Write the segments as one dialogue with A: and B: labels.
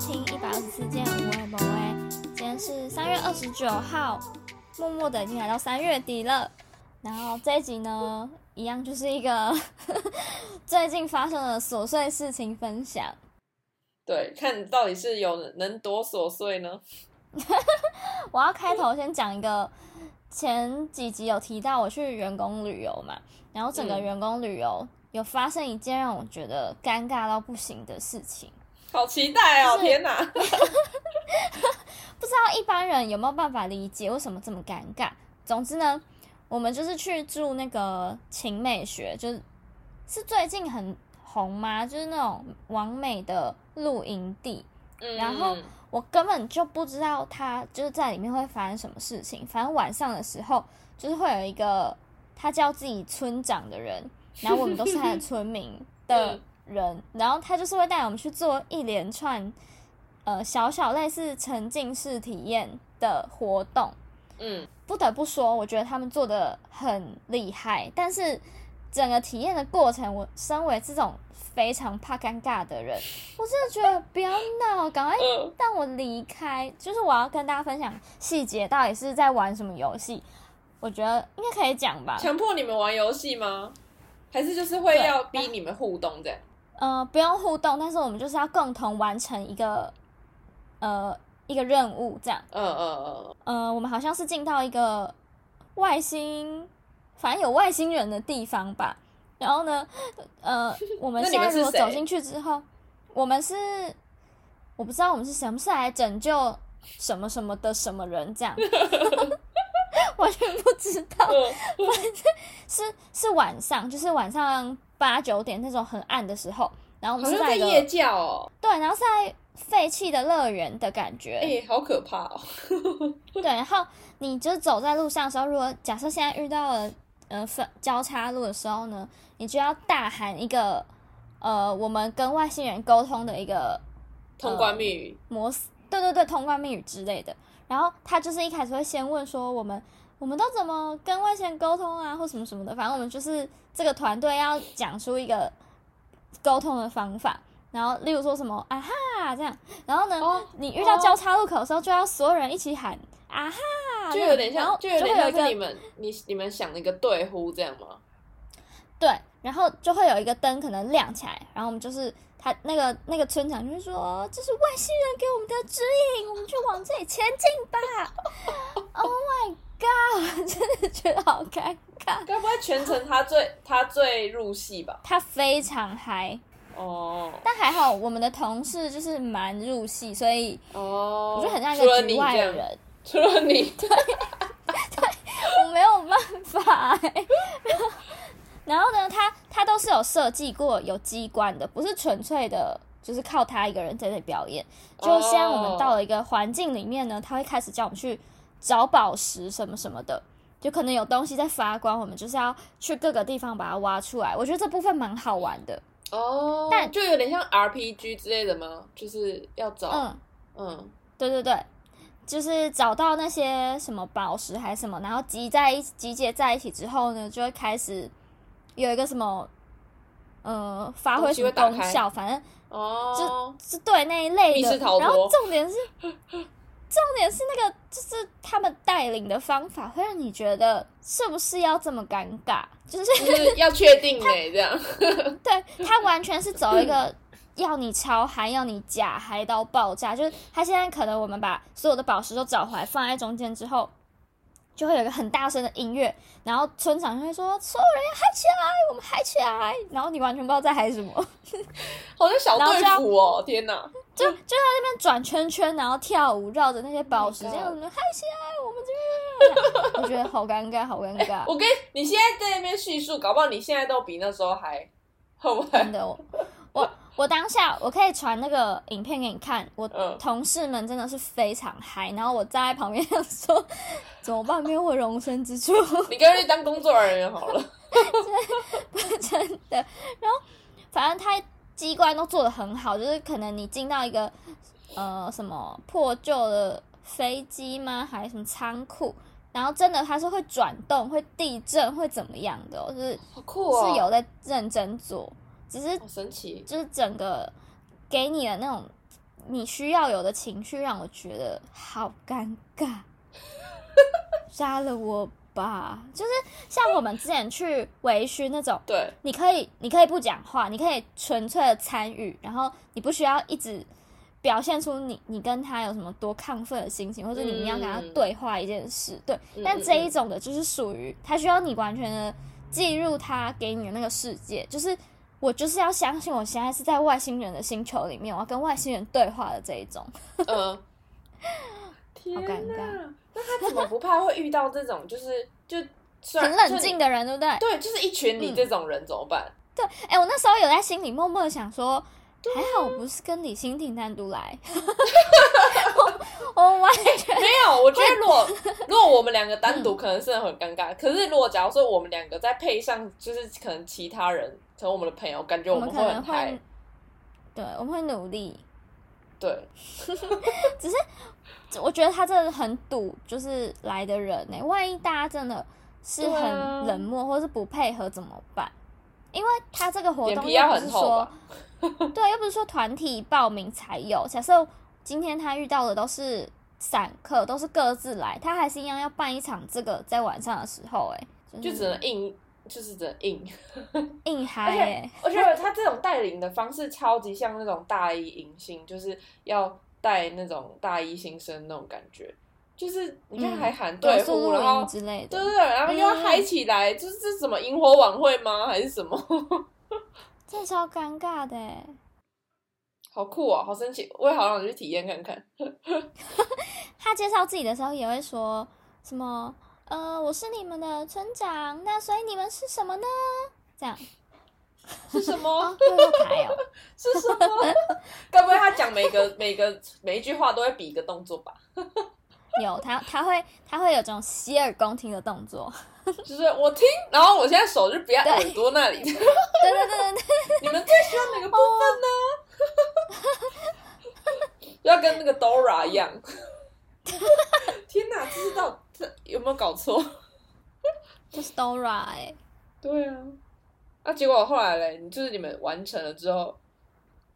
A: 听一百二十四件无为不为。今天是三月二十九号，默默的已经来到三月底了。然后这一集呢，一样就是一个 最近发生的琐碎事情分享。
B: 对，看到底是有能多琐碎呢？
A: 我要开头先讲一个，前几集有提到我去员工旅游嘛，然后整个
B: 嗯
A: 员工旅游有发生一件让我觉得尴尬到不行的事情。
B: 好期待哦！
A: 是
B: 天哪，
A: 不知道一般人有没有办法理解为什么这么尴尬。总之呢，我们就是去住那个晴美学，就是是最近很红吗？就是那种完美的露营地。
B: 嗯
A: 然后我根本就不知道它就是在里面会发生什么事情。反正晚上的时候，就是会有一个他叫自己村长的人，然后我们都是他的村民
B: 嗯
A: 的人，然后他就是会带我们去做一连串呃小小类似沉浸式体验的活动。
B: 嗯，
A: 不得不说，我觉得他们做的很厉害，但是整个体验的过程，我身为这种非常怕尴尬的人，我真的觉得不要闹，赶快
B: 呃，
A: 让我离开。就是我要跟大家分享细节，到底是在玩什么游戏，我觉得应该可以讲吧。
B: 强迫你们玩游戏吗？还是就是会
A: 对
B: 要逼你们互动这样？
A: 呃，不用互动，但是我们就是要共同完成一个呃一个任务，这样。
B: 嗯嗯
A: 呃，我们好像是进到一个外星，反正有外星人的地方吧。然后呢， 呃，我们
B: 那你
A: 现在
B: 们是
A: 如果
B: 谁
A: 走进去之后，我们是，我不知道我们是什么，是来拯救什么什么的什么人 这样，完全不知道。
B: 嗯
A: 是是晚上，就是晚上八九点那种很暗的时候，然后我
B: 嗯，
A: 们
B: 好
A: 是
B: 像
A: 在
B: 在
A: 一个
B: 夜教哦，
A: 对，然后是在废弃的乐园的感觉。
B: 哎，好可怕哦！
A: 对，然后你就走在路上的时候，如果假设现在遇到了呃分交叉路的时候呢，你就要大喊一个呃我们跟外星人沟通的一个
B: 通关密语，
A: 模式，对对对，通关密语之类的。然后他就是一开始会先问说我们我们都怎么跟外星人沟通啊，或什么什么的，反正我们就是这个团队要讲出一个沟通的方法。然后，例如说什么啊哈这样，然后呢，
B: 哦
A: 你遇到
B: 哦
A: 交叉路口的时候，就要所有人一起喊啊哈，
B: 就
A: 这
B: 有
A: 样
B: 点
A: 然后
B: 像，
A: 就
B: 有
A: 会
B: 点
A: 有
B: 像
A: 一
B: 是你
A: 个
B: 们你你们想的一个对呼这样吗？
A: 对，然后就会有一个灯可能亮起来，然后我们就是他那个那个村长就会说，这是外星人给我们的指引，我们就往这里前进吧。oh my god，真 的觉得好尴尬。
B: 该不会全程他最他最入戏吧？
A: 他非常嗨，
B: 哦
A: 但还好我们的同事就是蛮入戏，所以
B: 哦，
A: 我就很像一
B: 除了
A: 个
B: 你
A: 局
B: 这
A: 外
B: 样
A: 的人，
B: 除了 你，
A: 我没有办法、欸。 然后呢，他他都是有设计过有机关的，不是纯粹的，就是靠他一个人在这里表演。就像我们到了一个环境里面呢，他会开始叫我们去找宝石什么什么的，就可能有东西在发光，我们就是要去各个地方把它挖出来。我觉得这部分蛮好玩的，
B: 哦，
A: 但
B: 就有点像 RPG 之类的吗？就是要找，
A: 嗯，
B: 嗯
A: 对对对，就是找到那些什么宝石还是什么，然后集在一集结在一起之后呢，就会开始有一个什么，呃，发挥
B: 东西
A: 什么
B: 会打
A: 功
B: 开
A: 效，反正
B: 哦，
A: 是对那一类
B: 密
A: 的
B: 室。逃脱
A: 然后重点是，重点是那个就是他们带领的方法会让你觉得是不是要这么尴尬？就是
B: 就是要确定呢，这样，
A: 对他完全是走一个要你超嗨，要你假嗨到爆炸。就是他现在可能我们把所有的宝石都找回来放在中间之后。就会有一个很大声的音乐，然后村长就会说：“所有人要嗨起来，我们嗨起来！”然后你完全不知道在嗨什么，
B: 好像小
A: 然后
B: 队
A: 就要
B: 服哦，天哪，
A: 就就在那边转圈圈，然后跳舞，绕着那些宝石，这
B: Oh my
A: 样子嗨起来，我们这边，我觉得好尴尬，好尴尬，
B: 我跟你现在在那边叙述，搞不好你现在都比那时候还，会不会？
A: 真的，我我我当下我可以传那个影片给你看，我
B: 嗯
A: 同事们真的是非常嗨，然后我站在旁边想说怎么办，没有我容身之处，
B: 你干脆当工作人员好了，
A: 真的，然后反正他机关都做的很好，就是可能你进到一个呃什么破旧的飞机吗，还是什么仓库，然后真的它是会转动、会地震、会怎么样的哦、就是
B: 好酷哦，
A: 是有在认真做，只是
B: 好神奇，
A: 就是整个给你的那种你需要有的情绪让我觉得好尴尬， 杀了我吧！就是像我们之前去微醺那种，
B: 对，
A: 你可以，你可以不讲话，你可以纯粹的参与，然后你不需要一直表现出你你跟他有什么多亢奋的心情，或者你们要跟他对话一件事，对。
B: 嗯
A: 但
B: 嗯
A: 这
B: 嗯
A: 一种的就是属于他需要你完全的进入他给你的那个世界，就是我就是要相信我现在是在外星人的星球里面，我要跟外星人对话的这一种。
B: 嗯，天
A: 好尴
B: 哪！那他怎么不怕会遇到这种，就是就虽然
A: 很冷静，嗯
B: 就
A: 的人，对不对？
B: 你对，就是一群你这种人怎么办？
A: 对，哎、我那时候有在心里默默地想说，还好我不是跟李欣婷单独 来， 我我 oh 完全
B: 没有，我觉得如 果如果我们两个单
A: 嗯
B: 独，可能是很尴尬。可是如果假如说我们两个再配上，就是可能其他人，可能我们的朋友，感觉
A: 我
B: 我
A: 们
B: 们
A: 可
B: 会
A: 能
B: 很嗨
A: 会。，对，我们会努力。
B: 对，
A: 嗯我觉得他真的很赌，就是来的人呢、万一大家真的是
B: 对啊
A: 很冷漠或是不配合怎么办？因为他这个活
B: 眼
A: 动
B: 皮
A: 又
B: 要
A: 不
B: 很
A: 是
B: 厚
A: 说
B: 吧，？
A: 对，又不是说团体报名才有。假设今天他遇到的都是散客，都是各自来，他还是一样要办一场这个在晚上的时候、欸，哎，
B: 就只能硬，就是只 能硬。
A: 硬嗨、
B: 而且
A: 欸，
B: 我觉得他这种带领的方式超级像那种大一迎新，就是要带那种大一新生那种感觉，就是你看
A: 嗯
B: 还喊
A: 对，
B: 队
A: 速
B: 呼，
A: 露
B: 然后
A: 营之类
B: 对
A: 的，
B: 对对，然后又要嗨起来，这这是什么萤火晚会吗？还是什么？
A: 这超尴尬的、欸。
B: 好酷啊，好神奇！我也好想去体验看看。
A: 他介绍自己的时候也会说什么呃，我是你们的村长，那所以你们是什么呢？这样
B: 是什
A: 哦
B: 么，？
A: 又又台哦，
B: 是什么？ 该不会他讲每个每个每一句话都会比一个动作吧？
A: 有他他会他会有种洗耳恭听的动作，
B: 就是我听，然后我现在手就比在
A: 对
B: 耳朵那里。
A: 对对对对对，
B: 你们最喜欢哪个部分呢？ 要跟那个 Dora 一样。 天哪，这是到这有没有搞错？
A: 就是 Dora 哎、
B: 对啊，那、结果后来嘞，你就是你们完成了之后，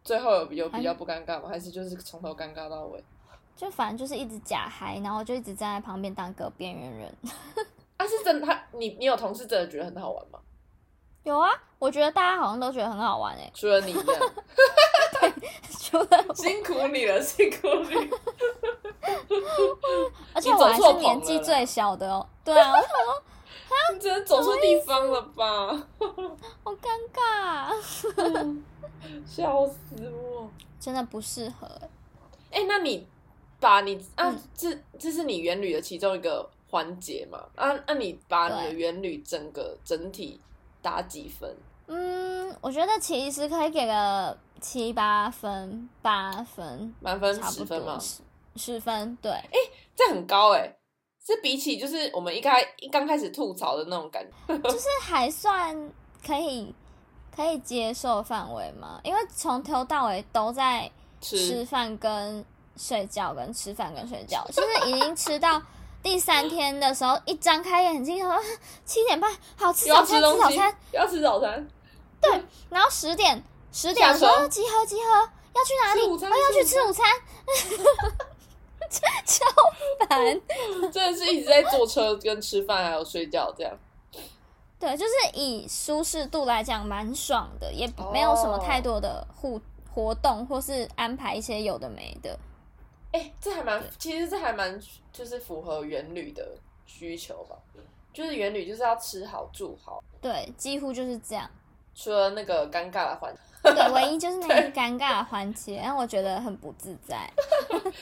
B: 最后有有比较不尴尬吗？还是就是从头尴尬到尾？
A: 就反正就是一直假嗨，然后就一直站在旁边当个边缘人。
B: 啊，是真的，他你你有同事真的觉得很好玩吗？
A: 有啊，我觉得大家好像都觉得很好玩哎、
B: 除了你这样，
A: 除了 我
B: 辛苦你了，辛苦你。
A: 而且
B: 你走
A: 我还
B: 错
A: 是
B: 棚
A: 年纪
B: 了啦
A: 最小的哦、对啊，我想说
B: 你只能走错地方了吧？
A: 好尴尬啊、
B: 笑死我！
A: 真的不适合欸、
B: 哎、那你把你啊，
A: 嗯
B: 这这是你元旅的其中一个环节嘛？啊，那、你把你的
A: 对
B: 元旅整个整体打几分？
A: 嗯，我觉得其实可以给个七八分、八分，
B: 满分
A: 差
B: 十
A: 不
B: 分
A: 多
B: 吗？
A: 十十分，对，
B: 这很高哎、这比起就是我们一开一刚开始吐槽的那种感觉，
A: 就是还算可以可以接受范围嘛，因为从头到尾都在吃
B: 吃
A: 饭跟睡觉，跟吃饭跟睡 觉，就是已经吃到第三天的时候，一张开眼睛，然后 七点半，好吃
B: 又要
A: 早
B: 吃
A: 餐，
B: 东
A: 吃早
B: 西
A: 餐，，
B: 又要吃早餐，
A: 然后十点十点的时
B: 下
A: 候哦
B: 车
A: 集合集合，要去哪里？
B: 吃午餐
A: 哦要去吃午餐， 超烦。
B: 真的是一直在坐车跟吃饭还有睡觉这样。
A: 对，就是以舒适度来讲，蛮爽的，也没有什么太多的互活动或是安排一些有的没的。
B: 哎、这还蛮，其实这还蛮就是符合元旅的需求吧，就是元旅就是要吃好住好，
A: 对，几乎就是这样。
B: 除了那个尴尬的环
A: 对，唯一就是那个尴尬的环节，让我觉得很不自在。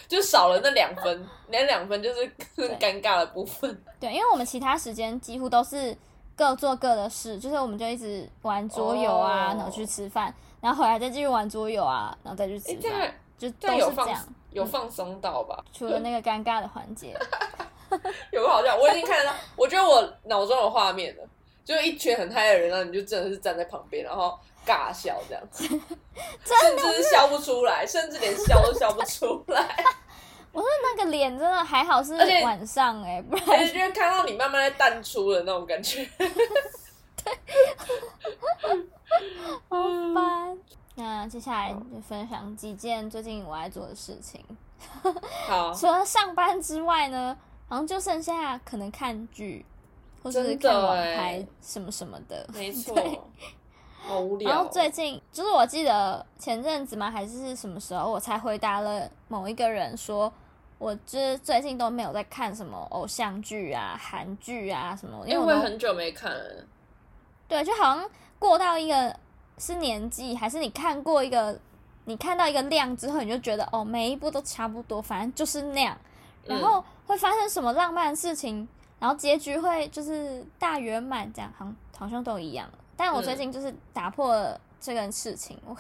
B: 就少了那两 分，那两分就是更
A: 对
B: 尴尬的部分。
A: 对，因为我们其他时间几乎都是各做各的事，就是我们就一直玩桌游啊
B: 哦
A: 然后去吃饭，然后回来再继续玩桌游啊，然后再去
B: 哎、
A: 吃
B: 这
A: 饭，
B: 样
A: 就都
B: 这样有
A: 是这
B: 放
A: 样。嗯
B: 有放松到吧？
A: 除了那个尴尬的环节，
B: 有个好笑，我已经看到，我觉得我脑中有画面了，就一群很嗨的人，然后你就真的是站在旁边，然后尬笑这样 子，甚至是笑不出来，甚至连笑都笑不出来，
A: 我说那个脸真的还好是
B: 而且
A: 晚上哎、不然
B: 而且就会看到你慢慢在淡出的那种感觉。嗯
A: 好烦。那接下来就分享几件最近我爱做的事情。
B: 好，
A: 除了上班之外呢，好像就剩下可能看剧，或是
B: 真的
A: 看网
B: 欸
A: 拍什么什么的。
B: 没错
A: 对，
B: 好无聊哦。
A: 然后最近就是我记得前阵子嘛，还是什么时候，我才回答了某一个人说，我就是最近都没有在看什么偶像剧啊、韩剧啊什么，因为
B: 因
A: 我
B: 为
A: 都
B: 哎很久没看了，嗯
A: 对，就好像过到一个是年纪，还是你看过一个，你看到一个量之后，你就觉得哦，每一部都差不多，反正就是那样。然
B: 嗯
A: 后会发生什么浪漫的事情，然后结局会就是大圆满，这样好像好像都一样。但我最
B: 嗯
A: 近就是打破了这个事情，我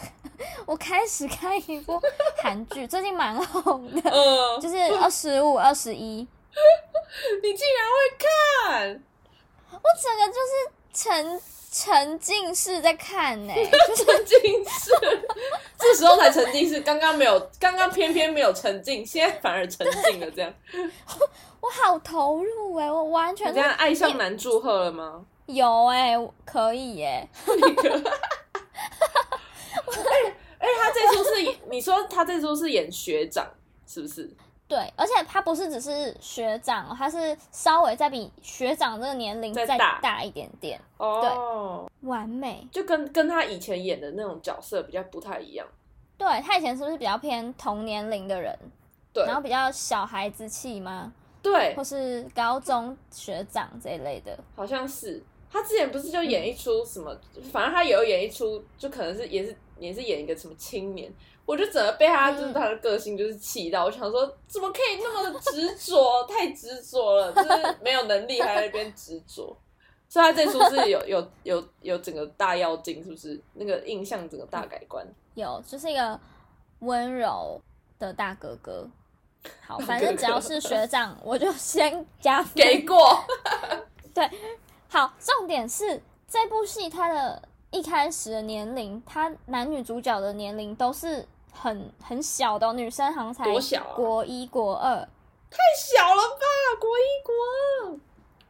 A: 我开始看一部韩剧，最近蛮红的，
B: 嗯，
A: 就是二十五、二十一，
B: 你竟然会看，
A: 我整个就是沉沉浸式在看呢、就是
B: 沉浸式， 这时候才沉浸式，刚刚没有，刚刚偏偏没有沉浸，现在反而沉浸了，这样，
A: 我好投入哎、我完全
B: 你这
A: 是
B: 样爱上男祝贺了吗？
A: 有哎、我可以哎、
B: 那个，哎哎，他这出是，你说他这出是演学长，是不是？
A: 对，而且他不是只是学长哦，他是稍微再比学长这个年龄
B: 再
A: 再
B: 大
A: 大一点点，
B: 哦，
A: 完美。
B: 就跟跟他以前演的那种角色比较不太一样，
A: 对他以前是不是比较偏同年龄的人，
B: 对
A: 然后比较小孩子气吗？
B: 对
A: 或，是高中学长这一类的？
B: 好像是他之前不是就演一出什么，反正他有演一出，就可能是也是也是演一个什么青年，我就整个被他
A: 嗯
B: 就是他的个性就是气到，我想说怎么可以那么的执着，太执着了， 就是没有能力还在那边执着。所以他这出是有有有有整个大妖精，是不是？那个印象整个大改观。
A: 有，就是一个温柔的大哥哥。好，反正只要是学长，我就先加分。
B: 给过，
A: 好，重点是这部戏它的一开始的年龄，它男女主角的年龄都是很很小的哦、女生好像才
B: 多小啊
A: 国一国二，
B: 太小了吧？国一国二，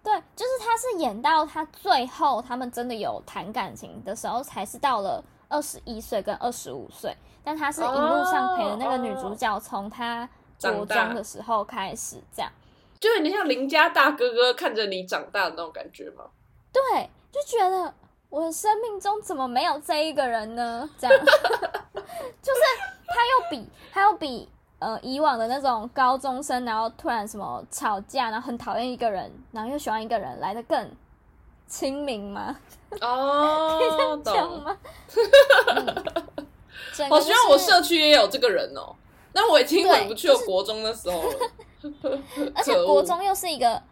A: 对，就是他是演到他最后他们真的有谈感情的时候，才是到了二十一岁跟二十五岁，但他是一路上陪着那个女主角从她国
B: 哦长大
A: 中的时候开始这样。
B: 就有点像邻家大哥哥看着你长大的那种感觉吗？
A: 对，就觉得我的生命中怎么没有这一个人呢？这样， 就是他又比他又比呃以往的那种高中生，然后突然什么吵架，然后很讨厌一个人，然后又喜欢一个人，来的更亲民吗？
B: 哦，
A: 这样吗？嗯、
B: 好希望哦我
A: 是，
B: 社区也有这个人哦。那我已经回不去我国中的时候了，
A: 而且
B: 可恶
A: 国中又是一个，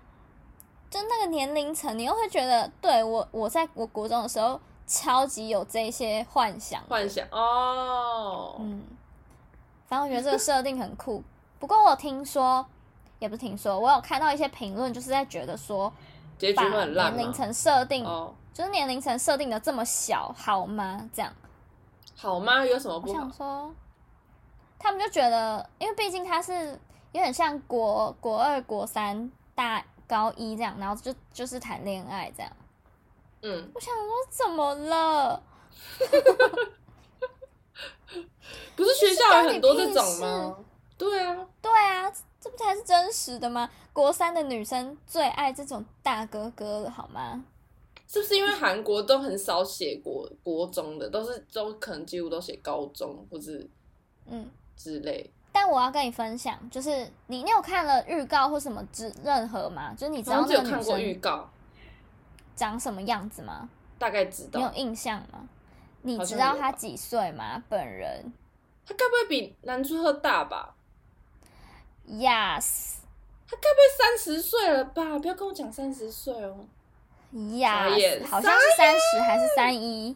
A: 就那个年龄层，你又会觉得，对我我在我国中的时候超级有这些幻想的，
B: 幻想哦，
A: 嗯，反正我觉得这个设定很酷。不过我听说，也不是听说，我有看到一些评论，就是在觉得说，
B: 结局
A: 把
B: 会很烂
A: 年龄
B: 吗？
A: 层设定，
B: 哦，
A: 就是年龄层设定的这么小，好吗？这样，
B: 好吗？有什么
A: 我
B: 不好
A: 想？说，他们就觉得，因为毕竟他是有点像国国二、国三、大高一这样，然后就就是谈恋爱这样。
B: 嗯，
A: 我想说，怎么了？
B: 不是学校有很多这种吗？对啊，
A: 对啊，这这不才是真实的吗？国三的女生最爱这种大哥哥了，好吗？
B: 是不是因为韩国都很少写国国中的，都是都可能几乎都写高中或是
A: 嗯，
B: 之类？
A: 但我要跟你分享，就是你你有看了预告或什么之任何吗？就是你知道
B: 好像只有
A: 那个
B: 看
A: 女
B: 过预
A: 生
B: 告，
A: 长什么样子吗？
B: 大概知
A: 你有
B: 道。
A: 印象吗？你
B: 好
A: 知
B: 像
A: 道
B: 有
A: 她
B: 吧
A: 几岁吗？本人
B: 他该不会比男主角大吧？
A: ，yes
B: 他该不会三十岁了吧？不要跟我讲三十岁哦。傻
A: yes，
B: 眼
A: 好像是三十还是三一？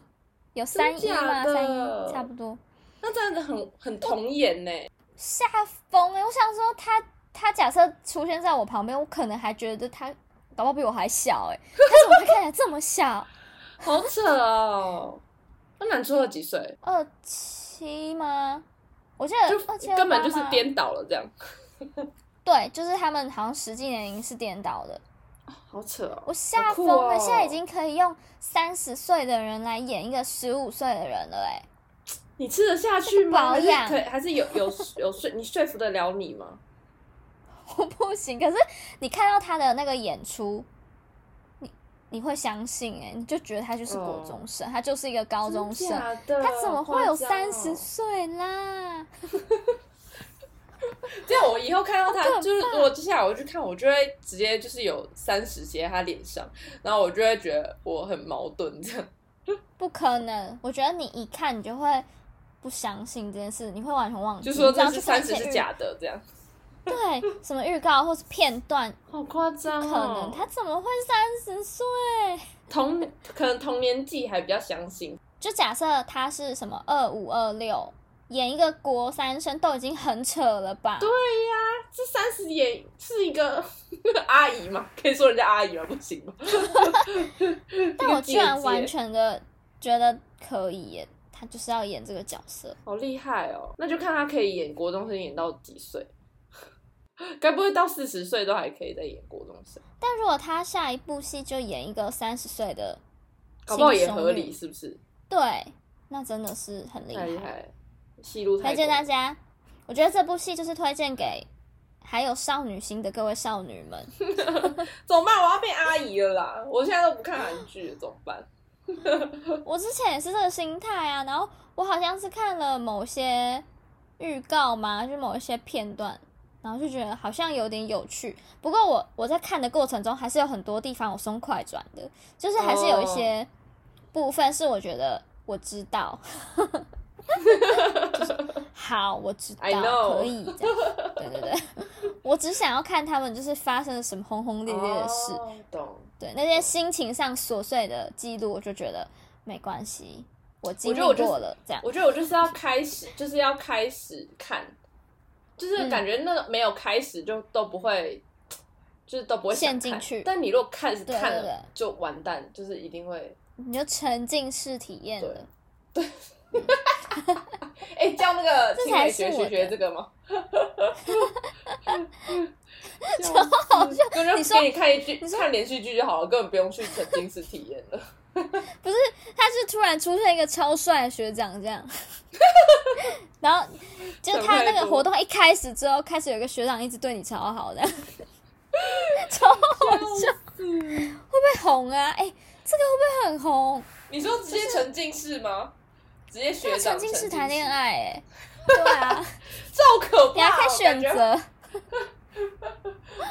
A: 有三一吗？
B: 真假的
A: 三一差不多。
B: 那真的很很童颜呢、
A: 吓疯哎！我想说他他假设出现在我旁边，我可能还觉得他宝宝比我还小哎、他怎么会看起来这么小？
B: 好扯哦！那男主角几岁？
A: 二七吗？我记
B: 就
A: 得二七
B: 根本就是
A: 28
B: 颠倒了，这样，
A: 对，就是他们好像实际年龄是颠倒的。
B: 好扯哦！
A: 我吓
B: 好酷
A: 疯
B: 哦
A: 了，现在已经可以用三十岁的人来演一个十五岁的人了哎、
B: 你吃得下去吗？
A: 保
B: 还是
A: 养
B: 可以，还是有有有说你说服得了你吗？
A: 我不行。可是你看到他的那个演出，你你会相信哎、你就觉得他就是国中生，他就是一个高中生
B: 嗯真，假的，
A: 他怎么会有
B: 好夸
A: 三
B: 张哦
A: 十？岁啦？
B: 这样我以后看到
A: 好可
B: 他，
A: 怕
B: 就是如果接下来我去看，我就会直接就是有三十写他脸上，然后我就会觉得我很矛盾这样。
A: 不可能！我觉得你一看你就会不相信这件事，你会完全忘记。
B: 就说
A: 这
B: 这是三十是假的这样，
A: 对，什么预告或是片段，
B: 好夸
A: 可
B: 张哦
A: 能他怎么会三十岁？
B: 同可能同年纪还比较相信，
A: 就假设他是什么二五二六，演一个国三生都已经很扯了吧？对，
B: 这三十也是一个 阿姨嘛，可以说人家阿姨吗？不行吗？
A: 但我居然完
B: 全
A: 全的觉得可以耶，他就是要演这个角色。
B: 好厉害哦！那就看他可以演国中生演到几岁， 该不会到四十岁都还可以再演国中生？
A: 但如果他下一部戏就演一个三十岁的，
B: 搞不好也合理，。是不是？
A: 对，那真的是很厉
B: 太
A: 害
B: 厉。害了，戏路太
A: 推荐大家，我觉得这部戏就是推荐给还有少女心的各位少女们。
B: 怎么办？我要变阿姨了啦！我现在都不看韩剧了，怎么办？
A: 我之前也是这个心态啊，然后我好像是看了某些预告嘛，就某一些片段，然后就觉得好像有点有趣。不过我我在看的过程中，还是有很多地方我松快转的，就是还是有一些
B: 哦
A: 部分是我觉得我知道， 就是好，我知
B: I
A: 道
B: know
A: 可以这样，对对对， 我只想要看他们就是发生了什么轰轰烈烈的事。
B: 哦懂。
A: 对那些心情上琐碎的记录，我就觉得没关系，我经历
B: 我觉得我就是
A: 过了，这样
B: 我觉得我就是要开始，就是要开始看，就是
A: 嗯
B: 感觉那个没有开始就都不会，就是都不会想看
A: 陷进去
B: 但你如果开始
A: 对对
B: 看
A: 对
B: 了，就完蛋，就是一定会。
A: 你就沉浸式体验了。
B: 哎，教那个
A: 这
B: 青
A: 才
B: 梅
A: 是
B: 学
A: 我
B: 学
A: 的
B: 学这个吗？ 超好笑！就
A: 你
B: 是
A: 说
B: 给你看一句，看连续剧就好了，根本不用去沉浸式体验了。
A: 他是突然出现一个超帅的学长这 样，然后就是他那
B: 想太
A: 个
B: 多
A: 活动一开始之后，开始有一个学长一直对你超好 的，超好笑，会不会红啊？哎、这个会不会很红？
B: 你说直接沉浸式吗？直接学
A: 要
B: 长
A: 沉浸式
B: 式
A: 谈恋，爱、 哎，对啊，
B: 这好可怕哦！
A: 你还可以选
B: 感觉
A: 择。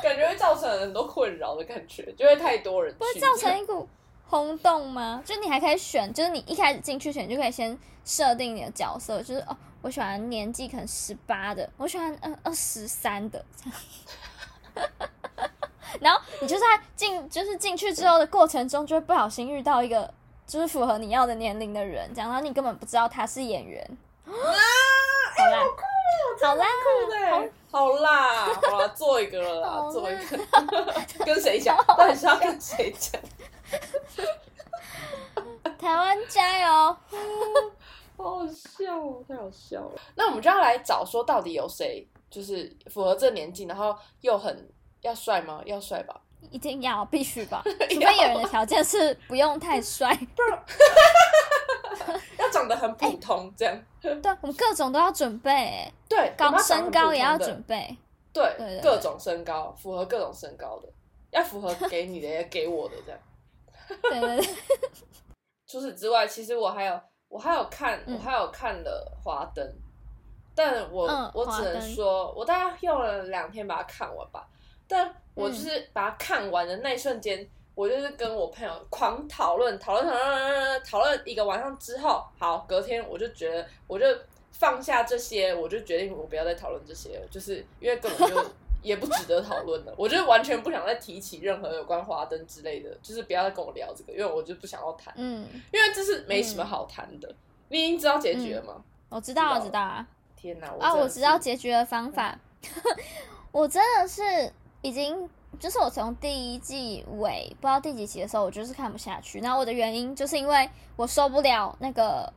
B: 感觉会造成很多困扰的感觉，就会太多人去，
A: 不会造成一股轰动吗？就你还可以选，就是你一开始进去选，你就可以先设定你的角色，就是哦，我喜欢年纪可能十八的，我喜欢嗯二十三的。 这样然后你就在进，就是进去之后的过程中，就会不小心遇到一个就是符合你要的年龄的人，这样，然后你根本不知道他是演员。啊哎好哦啦，好啦，
B: 对，好啦，好啦，做一个了
A: 好啦
B: 啦，做一 个，跟谁讲？到底是要跟谁讲？
A: 台湾加油！
B: 好好笑哦，太好笑了。那我们就要来找说，到底有谁就是符合这年纪，然后又很要帅吗？要帅吧，
A: 一定 要必须吧，除非有人的条件是不用太帅。
B: 要长得很
A: 哎
B: 普通这样。
A: 对，啊我们各种都要准备欸，
B: 对，我
A: 高
B: 们要长得
A: 身
B: 很
A: 高
B: 普
A: 也
B: 通
A: 要
B: 的
A: 准备。
B: 对
A: 对对
B: 各种身高，符合各种身高的，要符合给你的，也给我的这样。
A: 对对对，
B: 除此之外，其实我还有我还有看、
A: 嗯
B: 我还有看了《华灯》，但我、
A: 嗯
B: 我只
A: 华
B: 能
A: 灯
B: 说，我大概用了两天把它看完吧。但我
A: 嗯
B: 就是把它看完的那一瞬间，我就是跟我朋友狂讨论，讨论讨论讨论一个晚上之后，好，隔天我就觉得我就放下这些，我就决定我不要再讨论这些了，就是因为根 本就。也不值得讨论了，我就是完全不想再提起任何有关华灯之类的，就是不要再跟我聊这个，因为我就不想要谈。
A: 嗯，
B: 因为这是没什么好谈的。你已经知道结局了吗？
A: 我知道，
B: 知道
A: 我知道啊，
B: 天哪！
A: 嗯啊，
B: 真的
A: 我知道
B: 是
A: 结局的方法。 我真的是已经，就是我从第一季尾不知道第几集的时候，我就是看不下去。然后我的原因就是因为我受不了那个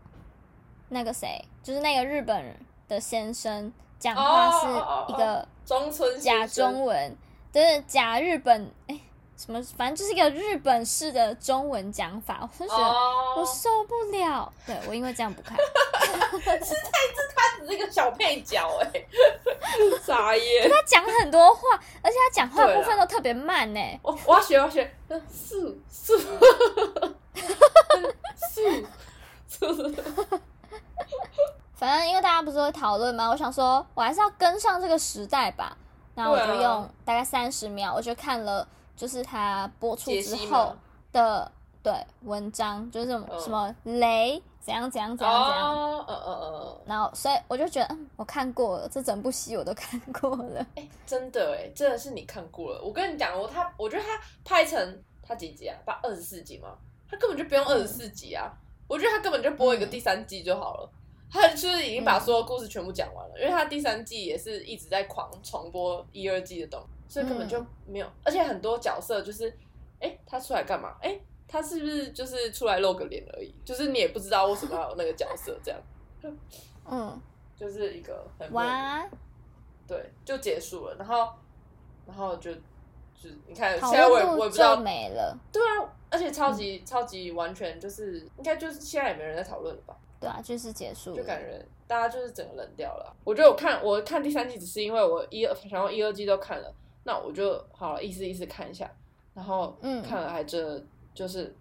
A: 那个谁，就是那个日本人的先生讲话
B: 哦
A: 是
B: 哦哦
A: 一
B: 哦
A: 个
B: 中村先
A: 假
B: 生
A: 中文，就是假日本，哎、什么，反正就是一个日本式的中文讲法，我就觉得我
B: 哦，
A: 受不了。对我因为这样不看，
B: 他只是一个小配角哎、 傻耶！
A: 他讲很多话，而且他讲话
B: 对啦
A: 部分都特别慢哎呢、
B: 我我要学，我要学，嗯素素 素素，
A: 反正因为大家不是会讨论嘛，我想说我还是要跟上这个时代吧。然后我
B: 对啊
A: 就用大概三十秒，我就看了，就是它播出
B: 解
A: 之
B: 析
A: 后
B: 吗
A: 的对文章，就是什么、
B: 嗯
A: 什么雷怎样怎样怎样怎样。
B: 哦，嗯嗯嗯
A: 然后，所以我就觉得，嗯，我看过了，这整部戏我都看过 了。
B: 嗯，哎、真的哎、真的是你看过了。我跟你讲，我哦他我觉得他拍成他几集啊？把二十四集吗？他根本就不用二十四集啊！我觉得他根本就播一个
A: 嗯
B: 第三季就好了。他就是已经把所有故事全部讲完
A: 嗯
B: 了，因为他第三季也是一直在狂重播一二季的东西，所以根本就没有。
A: 嗯
B: 而且很多角色就是，哎、他出来干嘛？哎、他是不是就是出来露个脸而已？就是你也不知道为什么要有那个角色，这样
A: 嗯，
B: 就是一个很莫名
A: 哇，
B: 对，就结束了。然后，然后就就你看，现
A: 讨
B: 在我也
A: 论
B: 我也
A: 度
B: 不知道
A: 就，没嗯了，
B: 对啊，而且超级、超级完全就是，应该就是现在也没人在讨论了吧？
A: 对啊，就是结束
B: 就感
A: 了。
B: 觉大家就是整个冷掉了。我觉得我看我看第三季，只是因为我一二想要一二季都看了，那我就好了意思意思看一下，然后
A: 嗯
B: 看了还真的就是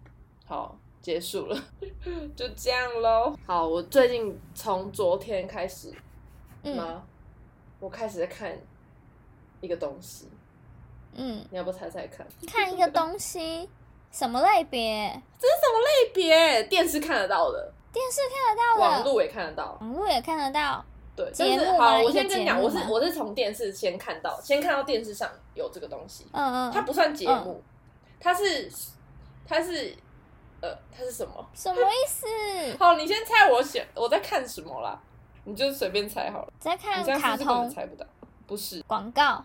B: 好结束了， 就这样喽。好，我最近从昨天开始
A: 嗯
B: 吗？我开始在看一个东西，
A: 嗯，
B: 你要不猜猜看？
A: 看一个东西，什么类别？
B: 类别电视看得到的，
A: 电视看得到
B: 网
A: 的，
B: 络也看得到，
A: 网络也看得到。
B: 对。
A: 节
B: 但是
A: 目吗
B: 好，
A: 啊一
B: 我
A: 个
B: 先跟你讲，
A: 节目
B: 我是
A: 吗
B: 我是从电视先看到，先看到电视上有这个东西，
A: 嗯
B: 它
A: 嗯，
B: 不算节目，它是它是呃它是什么？
A: 什么意思？
B: 好，你先猜我选我在看什么啦，你就随便猜好了。
A: 在
B: 你
A: 看
B: 这样
A: 卡
B: 是不是根本
A: 通
B: 猜不到？不是，
A: 广告？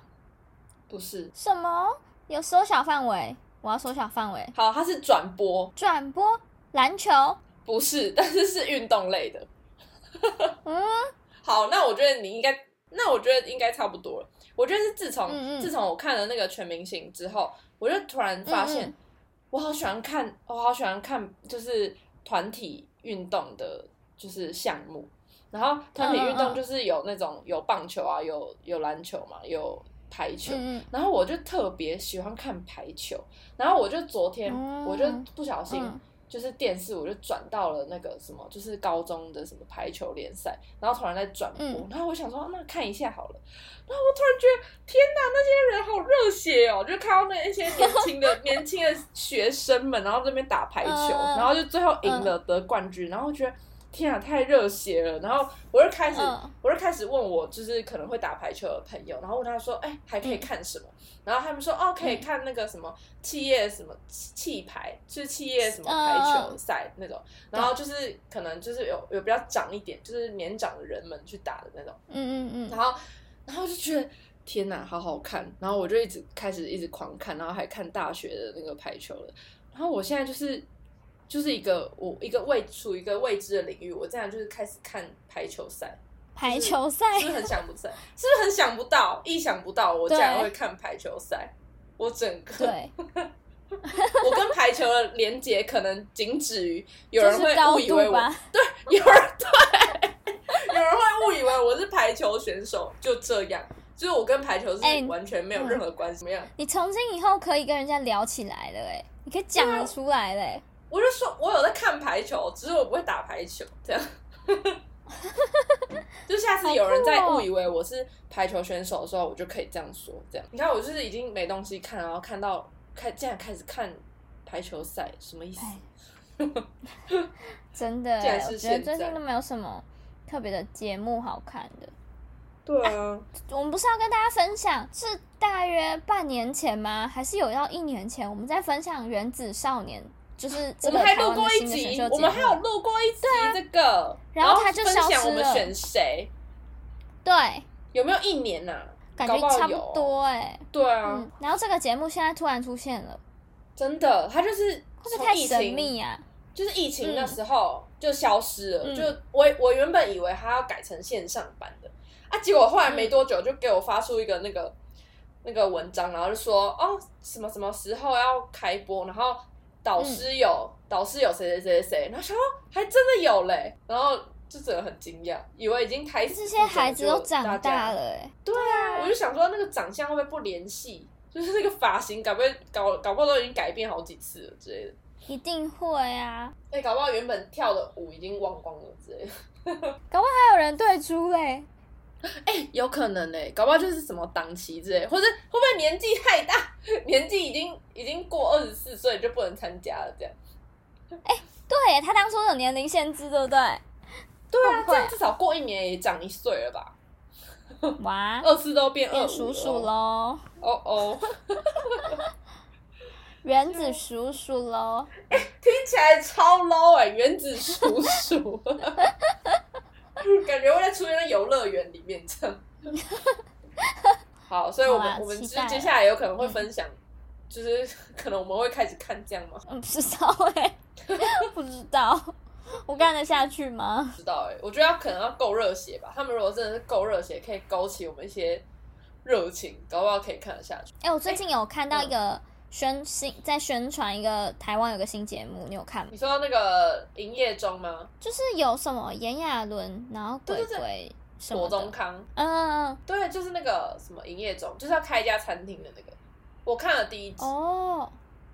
B: 不是。
A: 什么？有缩小范围？我要缩小范围。
B: 好，它是转播，
A: 转播篮球？
B: 不是，但是是运动类的。
A: 嗯
B: 好，那我觉得你应该，那我觉得应该差不多了。我觉得是自从、
A: 嗯嗯
B: 自从我看了那个全明星之后，我就突然发
A: 嗯
B: 现，
A: 嗯
B: 我好喜欢看，我好喜欢看，就是团体运动的，就是项目。然后团体运
A: 嗯嗯
B: 动
A: 嗯
B: 就是有那种有棒球啊，有有篮球嘛，有排球。
A: 嗯嗯
B: 然后我就特别喜欢看排球，然后我就昨天、
A: 嗯
B: 我就不小心
A: 嗯
B: 就是电视我就转到了那个什么，就是高中的什么排球联赛，然后突然在转播，
A: 嗯
B: 然后我想说啊那看一下好了，然后我突然觉得天哪，那些人好热血哦！就看到那一些年 轻的年轻的学生们，然后这边打排球，
A: 嗯
B: 然后就最后赢了得冠军，然后我觉得天啊太热血了，然后我就开始、
A: 嗯
B: 我就开始问我就是可能会打排球的朋友，然后问他说，哎、还可以看什么？
A: 嗯
B: 然后他们说哦，可以看那个什么企业什么气气排，就是企业什么排球赛那种。
A: 嗯
B: 然后就是可能就是有有比较长一点，就是年长的人们去打的那种。
A: 嗯嗯嗯，
B: 然后然后就觉得天哪，好好看。然后我就一直开始一直狂看，然后还看大学的那个排球的。然后我现在就是就是一个我一个未处于一个未知的领域，我这样就是开始看排球赛。
A: 排球赛。
B: 是不是很想不到？哎是不是很想不到？意想不到，我竟然会看排球赛。我整个，
A: 对，
B: 我跟排球的连接可能仅止于有
A: 就
B: 人
A: 是
B: 会
A: 高
B: 误以为
A: 度
B: 我，
A: 吧。
B: 有人对，有人会误以为我是排球选手，就这样。就是我跟排球是
A: 哎
B: 完全没有任何关系，怎么样？
A: 你从今以后可以跟人家聊起来了、欸，哎，你可以讲得出来了、欸，
B: 我就说我有在看排球，只是我不会打排球，这样。 就下次有人在
A: 好酷哦
B: 误以为我是排球选手的时候，我就可以这样说，这样。你看，我就是已经没东西看，然后看到开竟然开始看排球赛，什么意思？
A: 哎真的、
B: 竟然
A: 欸。
B: 是
A: 我觉得
B: 现
A: 最
B: 在
A: 近都没有什么特别的节目好看的。
B: 对啊，
A: 我们不是要跟大家分享，是大约半年前吗？还是有要一年前？我们在分享《原子少年》，就是
B: 我
A: 这个
B: 们还
A: 台
B: 录
A: 湾
B: 过
A: 的
B: 一
A: 新的选
B: 集
A: 秀，
B: 我
A: 节
B: 们还有
A: 目。啊
B: 录过一集这个，
A: 然后
B: 后
A: 它就
B: 分
A: 消
B: 享
A: 失
B: 我们
A: 了
B: 选谁，
A: 对，
B: 有没有一年呐、啊
A: 感
B: 搞不
A: 觉
B: 好
A: 差
B: 有
A: 不多哎、欸。
B: 对啊，
A: 嗯，然后这个节目现在突然出现了，
B: 真的，它就是
A: 会不
B: 从
A: 会太
B: 疫
A: 神
B: 情
A: 秘啊呀、
B: 就是疫情那时候就消失了，
A: 嗯
B: 就我我原本以为
A: 嗯
B: 它要改成线上版的啊，结果后来没多久就给我发出一个那个那个文章，然后就说哦什么什么时候要开播，然后导
A: 嗯
B: 师有、导师有谁谁谁谁谁，然后想哦还真的有嘞，然后就整个很惊讶，以为已经开始
A: 这些孩子都长大
B: 了，
A: 了、欸，
B: 对啊，我就想说那个长相会不会不联系，就是那个发型搞不会搞搞不好都已经改变好几次了之类的。
A: 一定会啊！
B: 哎、搞不好原本跳的舞已经忘光了之类的。
A: 还有人退出欸嘞，
B: 哎、有可能哎、搞不好就是什么档期之类，或者会不会年纪太大，年纪已经已经过二十四岁就不能参加了这样。
A: 对他当初有年龄限制，对不对？
B: 对啊，
A: 会不
B: 这
A: 会
B: 样至少过一年也长一岁了吧？
A: 哇，
B: 二四都变二
A: 变
B: 五
A: 叔叔
B: 了。
A: 喽，
B: 哦哦，
A: 原子叔叔喽，
B: 听起来超 low 哎、原子叔叔， 感觉会再出现在游乐园里面这样。好，所以我
A: 好
B: 们、
A: 啊
B: 我们
A: 期
B: 接
A: 待啊
B: 接下来有可能会分享，就是可能我们会开始看这样吗？
A: 嗯，不知道 哎、不知道，我干得下去吗？
B: 不知道哎、我觉得要可能要够热血吧。他们如果真的是够热血，可以勾起我们一些热情，搞不好可以看得下去。
A: 哎、我最近有看到一个宣新在宣传一个台湾有个新节目，你有看吗？
B: 你说那个营业中吗？
A: 就是有什么炎亚纶，然后
B: 对
A: 鬼
B: 对
A: 鬼什
B: 左
A: 么
B: 宗
A: 的，
B: 康，
A: 嗯嗯
B: 对，就是那个什么营业中，就是要开一家餐厅的那个。我看了第一集，
A: 嗯，哦，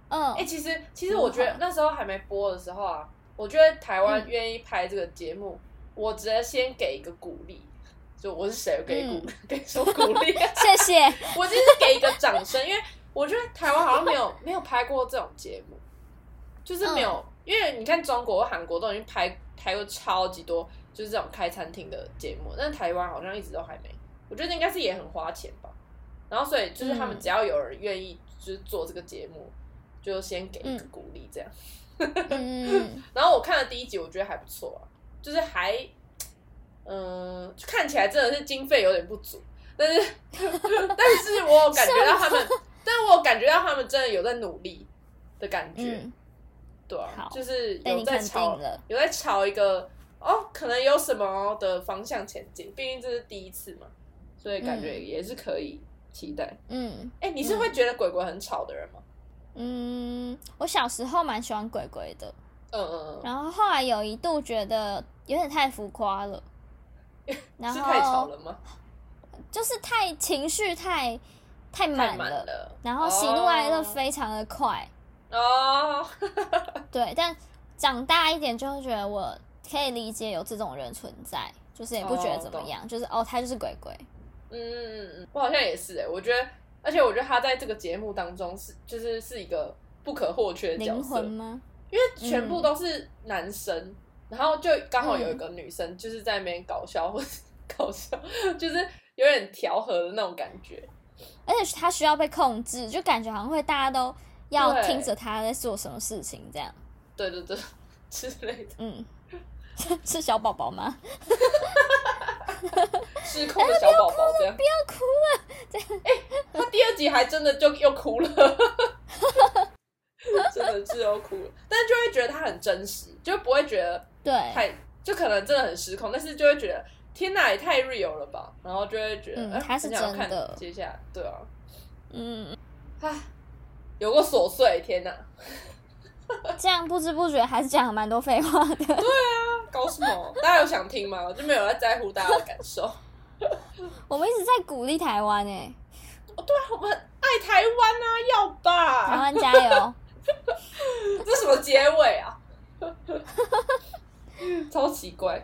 A: 嗯，
B: 哎、其实其实我觉得
A: 嗯
B: 那时候还没播的时候啊，我觉得台湾
A: 嗯
B: 愿意拍这个节目，我直接先给一个鼓励，就我是谁，我给
A: 嗯
B: 鼓、 给什么鼓励、啊？
A: 谢 谢，
B: 我今天是给一个掌声，因为我觉得台湾好像没有没有拍过这种节目，就是没有，因为你看中国、韩国都已经拍拍过超级多，就是这种开餐厅的节目，但是台湾好像一直都还没。我觉得应该是也很花钱吧，然后所以就是他们
A: 嗯
B: 只要有人愿意就是做这个节目，就先给一个鼓励这样。
A: 嗯，
B: 然后我看了第一集，我觉得还不错、啊，就是还，嗯、就看起来真的是经费有点不足，但是 但是我有感觉到他们，但我有感觉到他们真的有在努力的感觉，
A: 嗯，
B: 对啊
A: 好，
B: 就是
A: 被
B: 有
A: 你
B: 在
A: 肯定
B: 朝
A: 了，
B: 有在朝一个哦，可能有什么的方向前进，毕竟这是第一次嘛，所以感觉
A: 嗯
B: 也是可以期待。
A: 嗯
B: 哎、你是会觉得鬼鬼很吵的人吗？
A: 嗯，我小时候蛮喜欢鬼鬼的，
B: 嗯嗯嗯
A: 然后后来有一度觉得有点太浮夸 了，
B: 嗯，
A: 然
B: 是太吵
A: 后
B: 了吗？
A: 就是太情绪太太
B: 太
A: 满
B: 满
A: 了，
B: 了，
A: 然后喜怒哀乐
B: 哦
A: 非常的快，
B: 哦，
A: 对，但长大一点就会觉得我可以理解有这种人存在，就是也不觉得怎么样，就是哦，他就是鬼鬼，
B: 嗯，我好像也是哎、我觉得，而且我觉得他在这个节目当中是，就是是一个不可或缺的角
A: 灵
B: 色
A: 魂，嗯吗？
B: 因为全部都是男生，然后就刚好有一个女
A: 嗯
B: 生，就是在那边搞笑或是搞笑， 就是有点调和的那种感觉。
A: 而且他需要被控制，就感觉好像会大家都要
B: 对
A: 听着他在做什么事情这样。
B: 对对对，之类 的，
A: 嗯，是是小宝宝吗？
B: 失控的小宝宝
A: 哎
B: 这样。不要
A: 哭
B: 了，这样。哎、他第二集还真的就又哭了， 真的是又哭了，但是就会觉得他很真实，就不会觉得。
A: 对，
B: 太就可能真的很失控，但是就会觉得天哪，也太 real 了吧，然后就会觉得，
A: 嗯
B: 哎
A: 它是
B: 很想要
A: 真的
B: 看接下来，对啊，
A: 嗯，
B: 唉，有个琐碎，天哪，
A: 这样不知不觉还是讲了蛮多废话的。
B: 搞什么？ 大家有想听吗？我就没有在在乎大家的感受。 啊，
A: 我们一直在鼓励台湾欸诶、
B: 我们爱台湾啊，要
A: 台
B: 吧？
A: 湾加油！
B: 这什么结尾啊？超奇怪，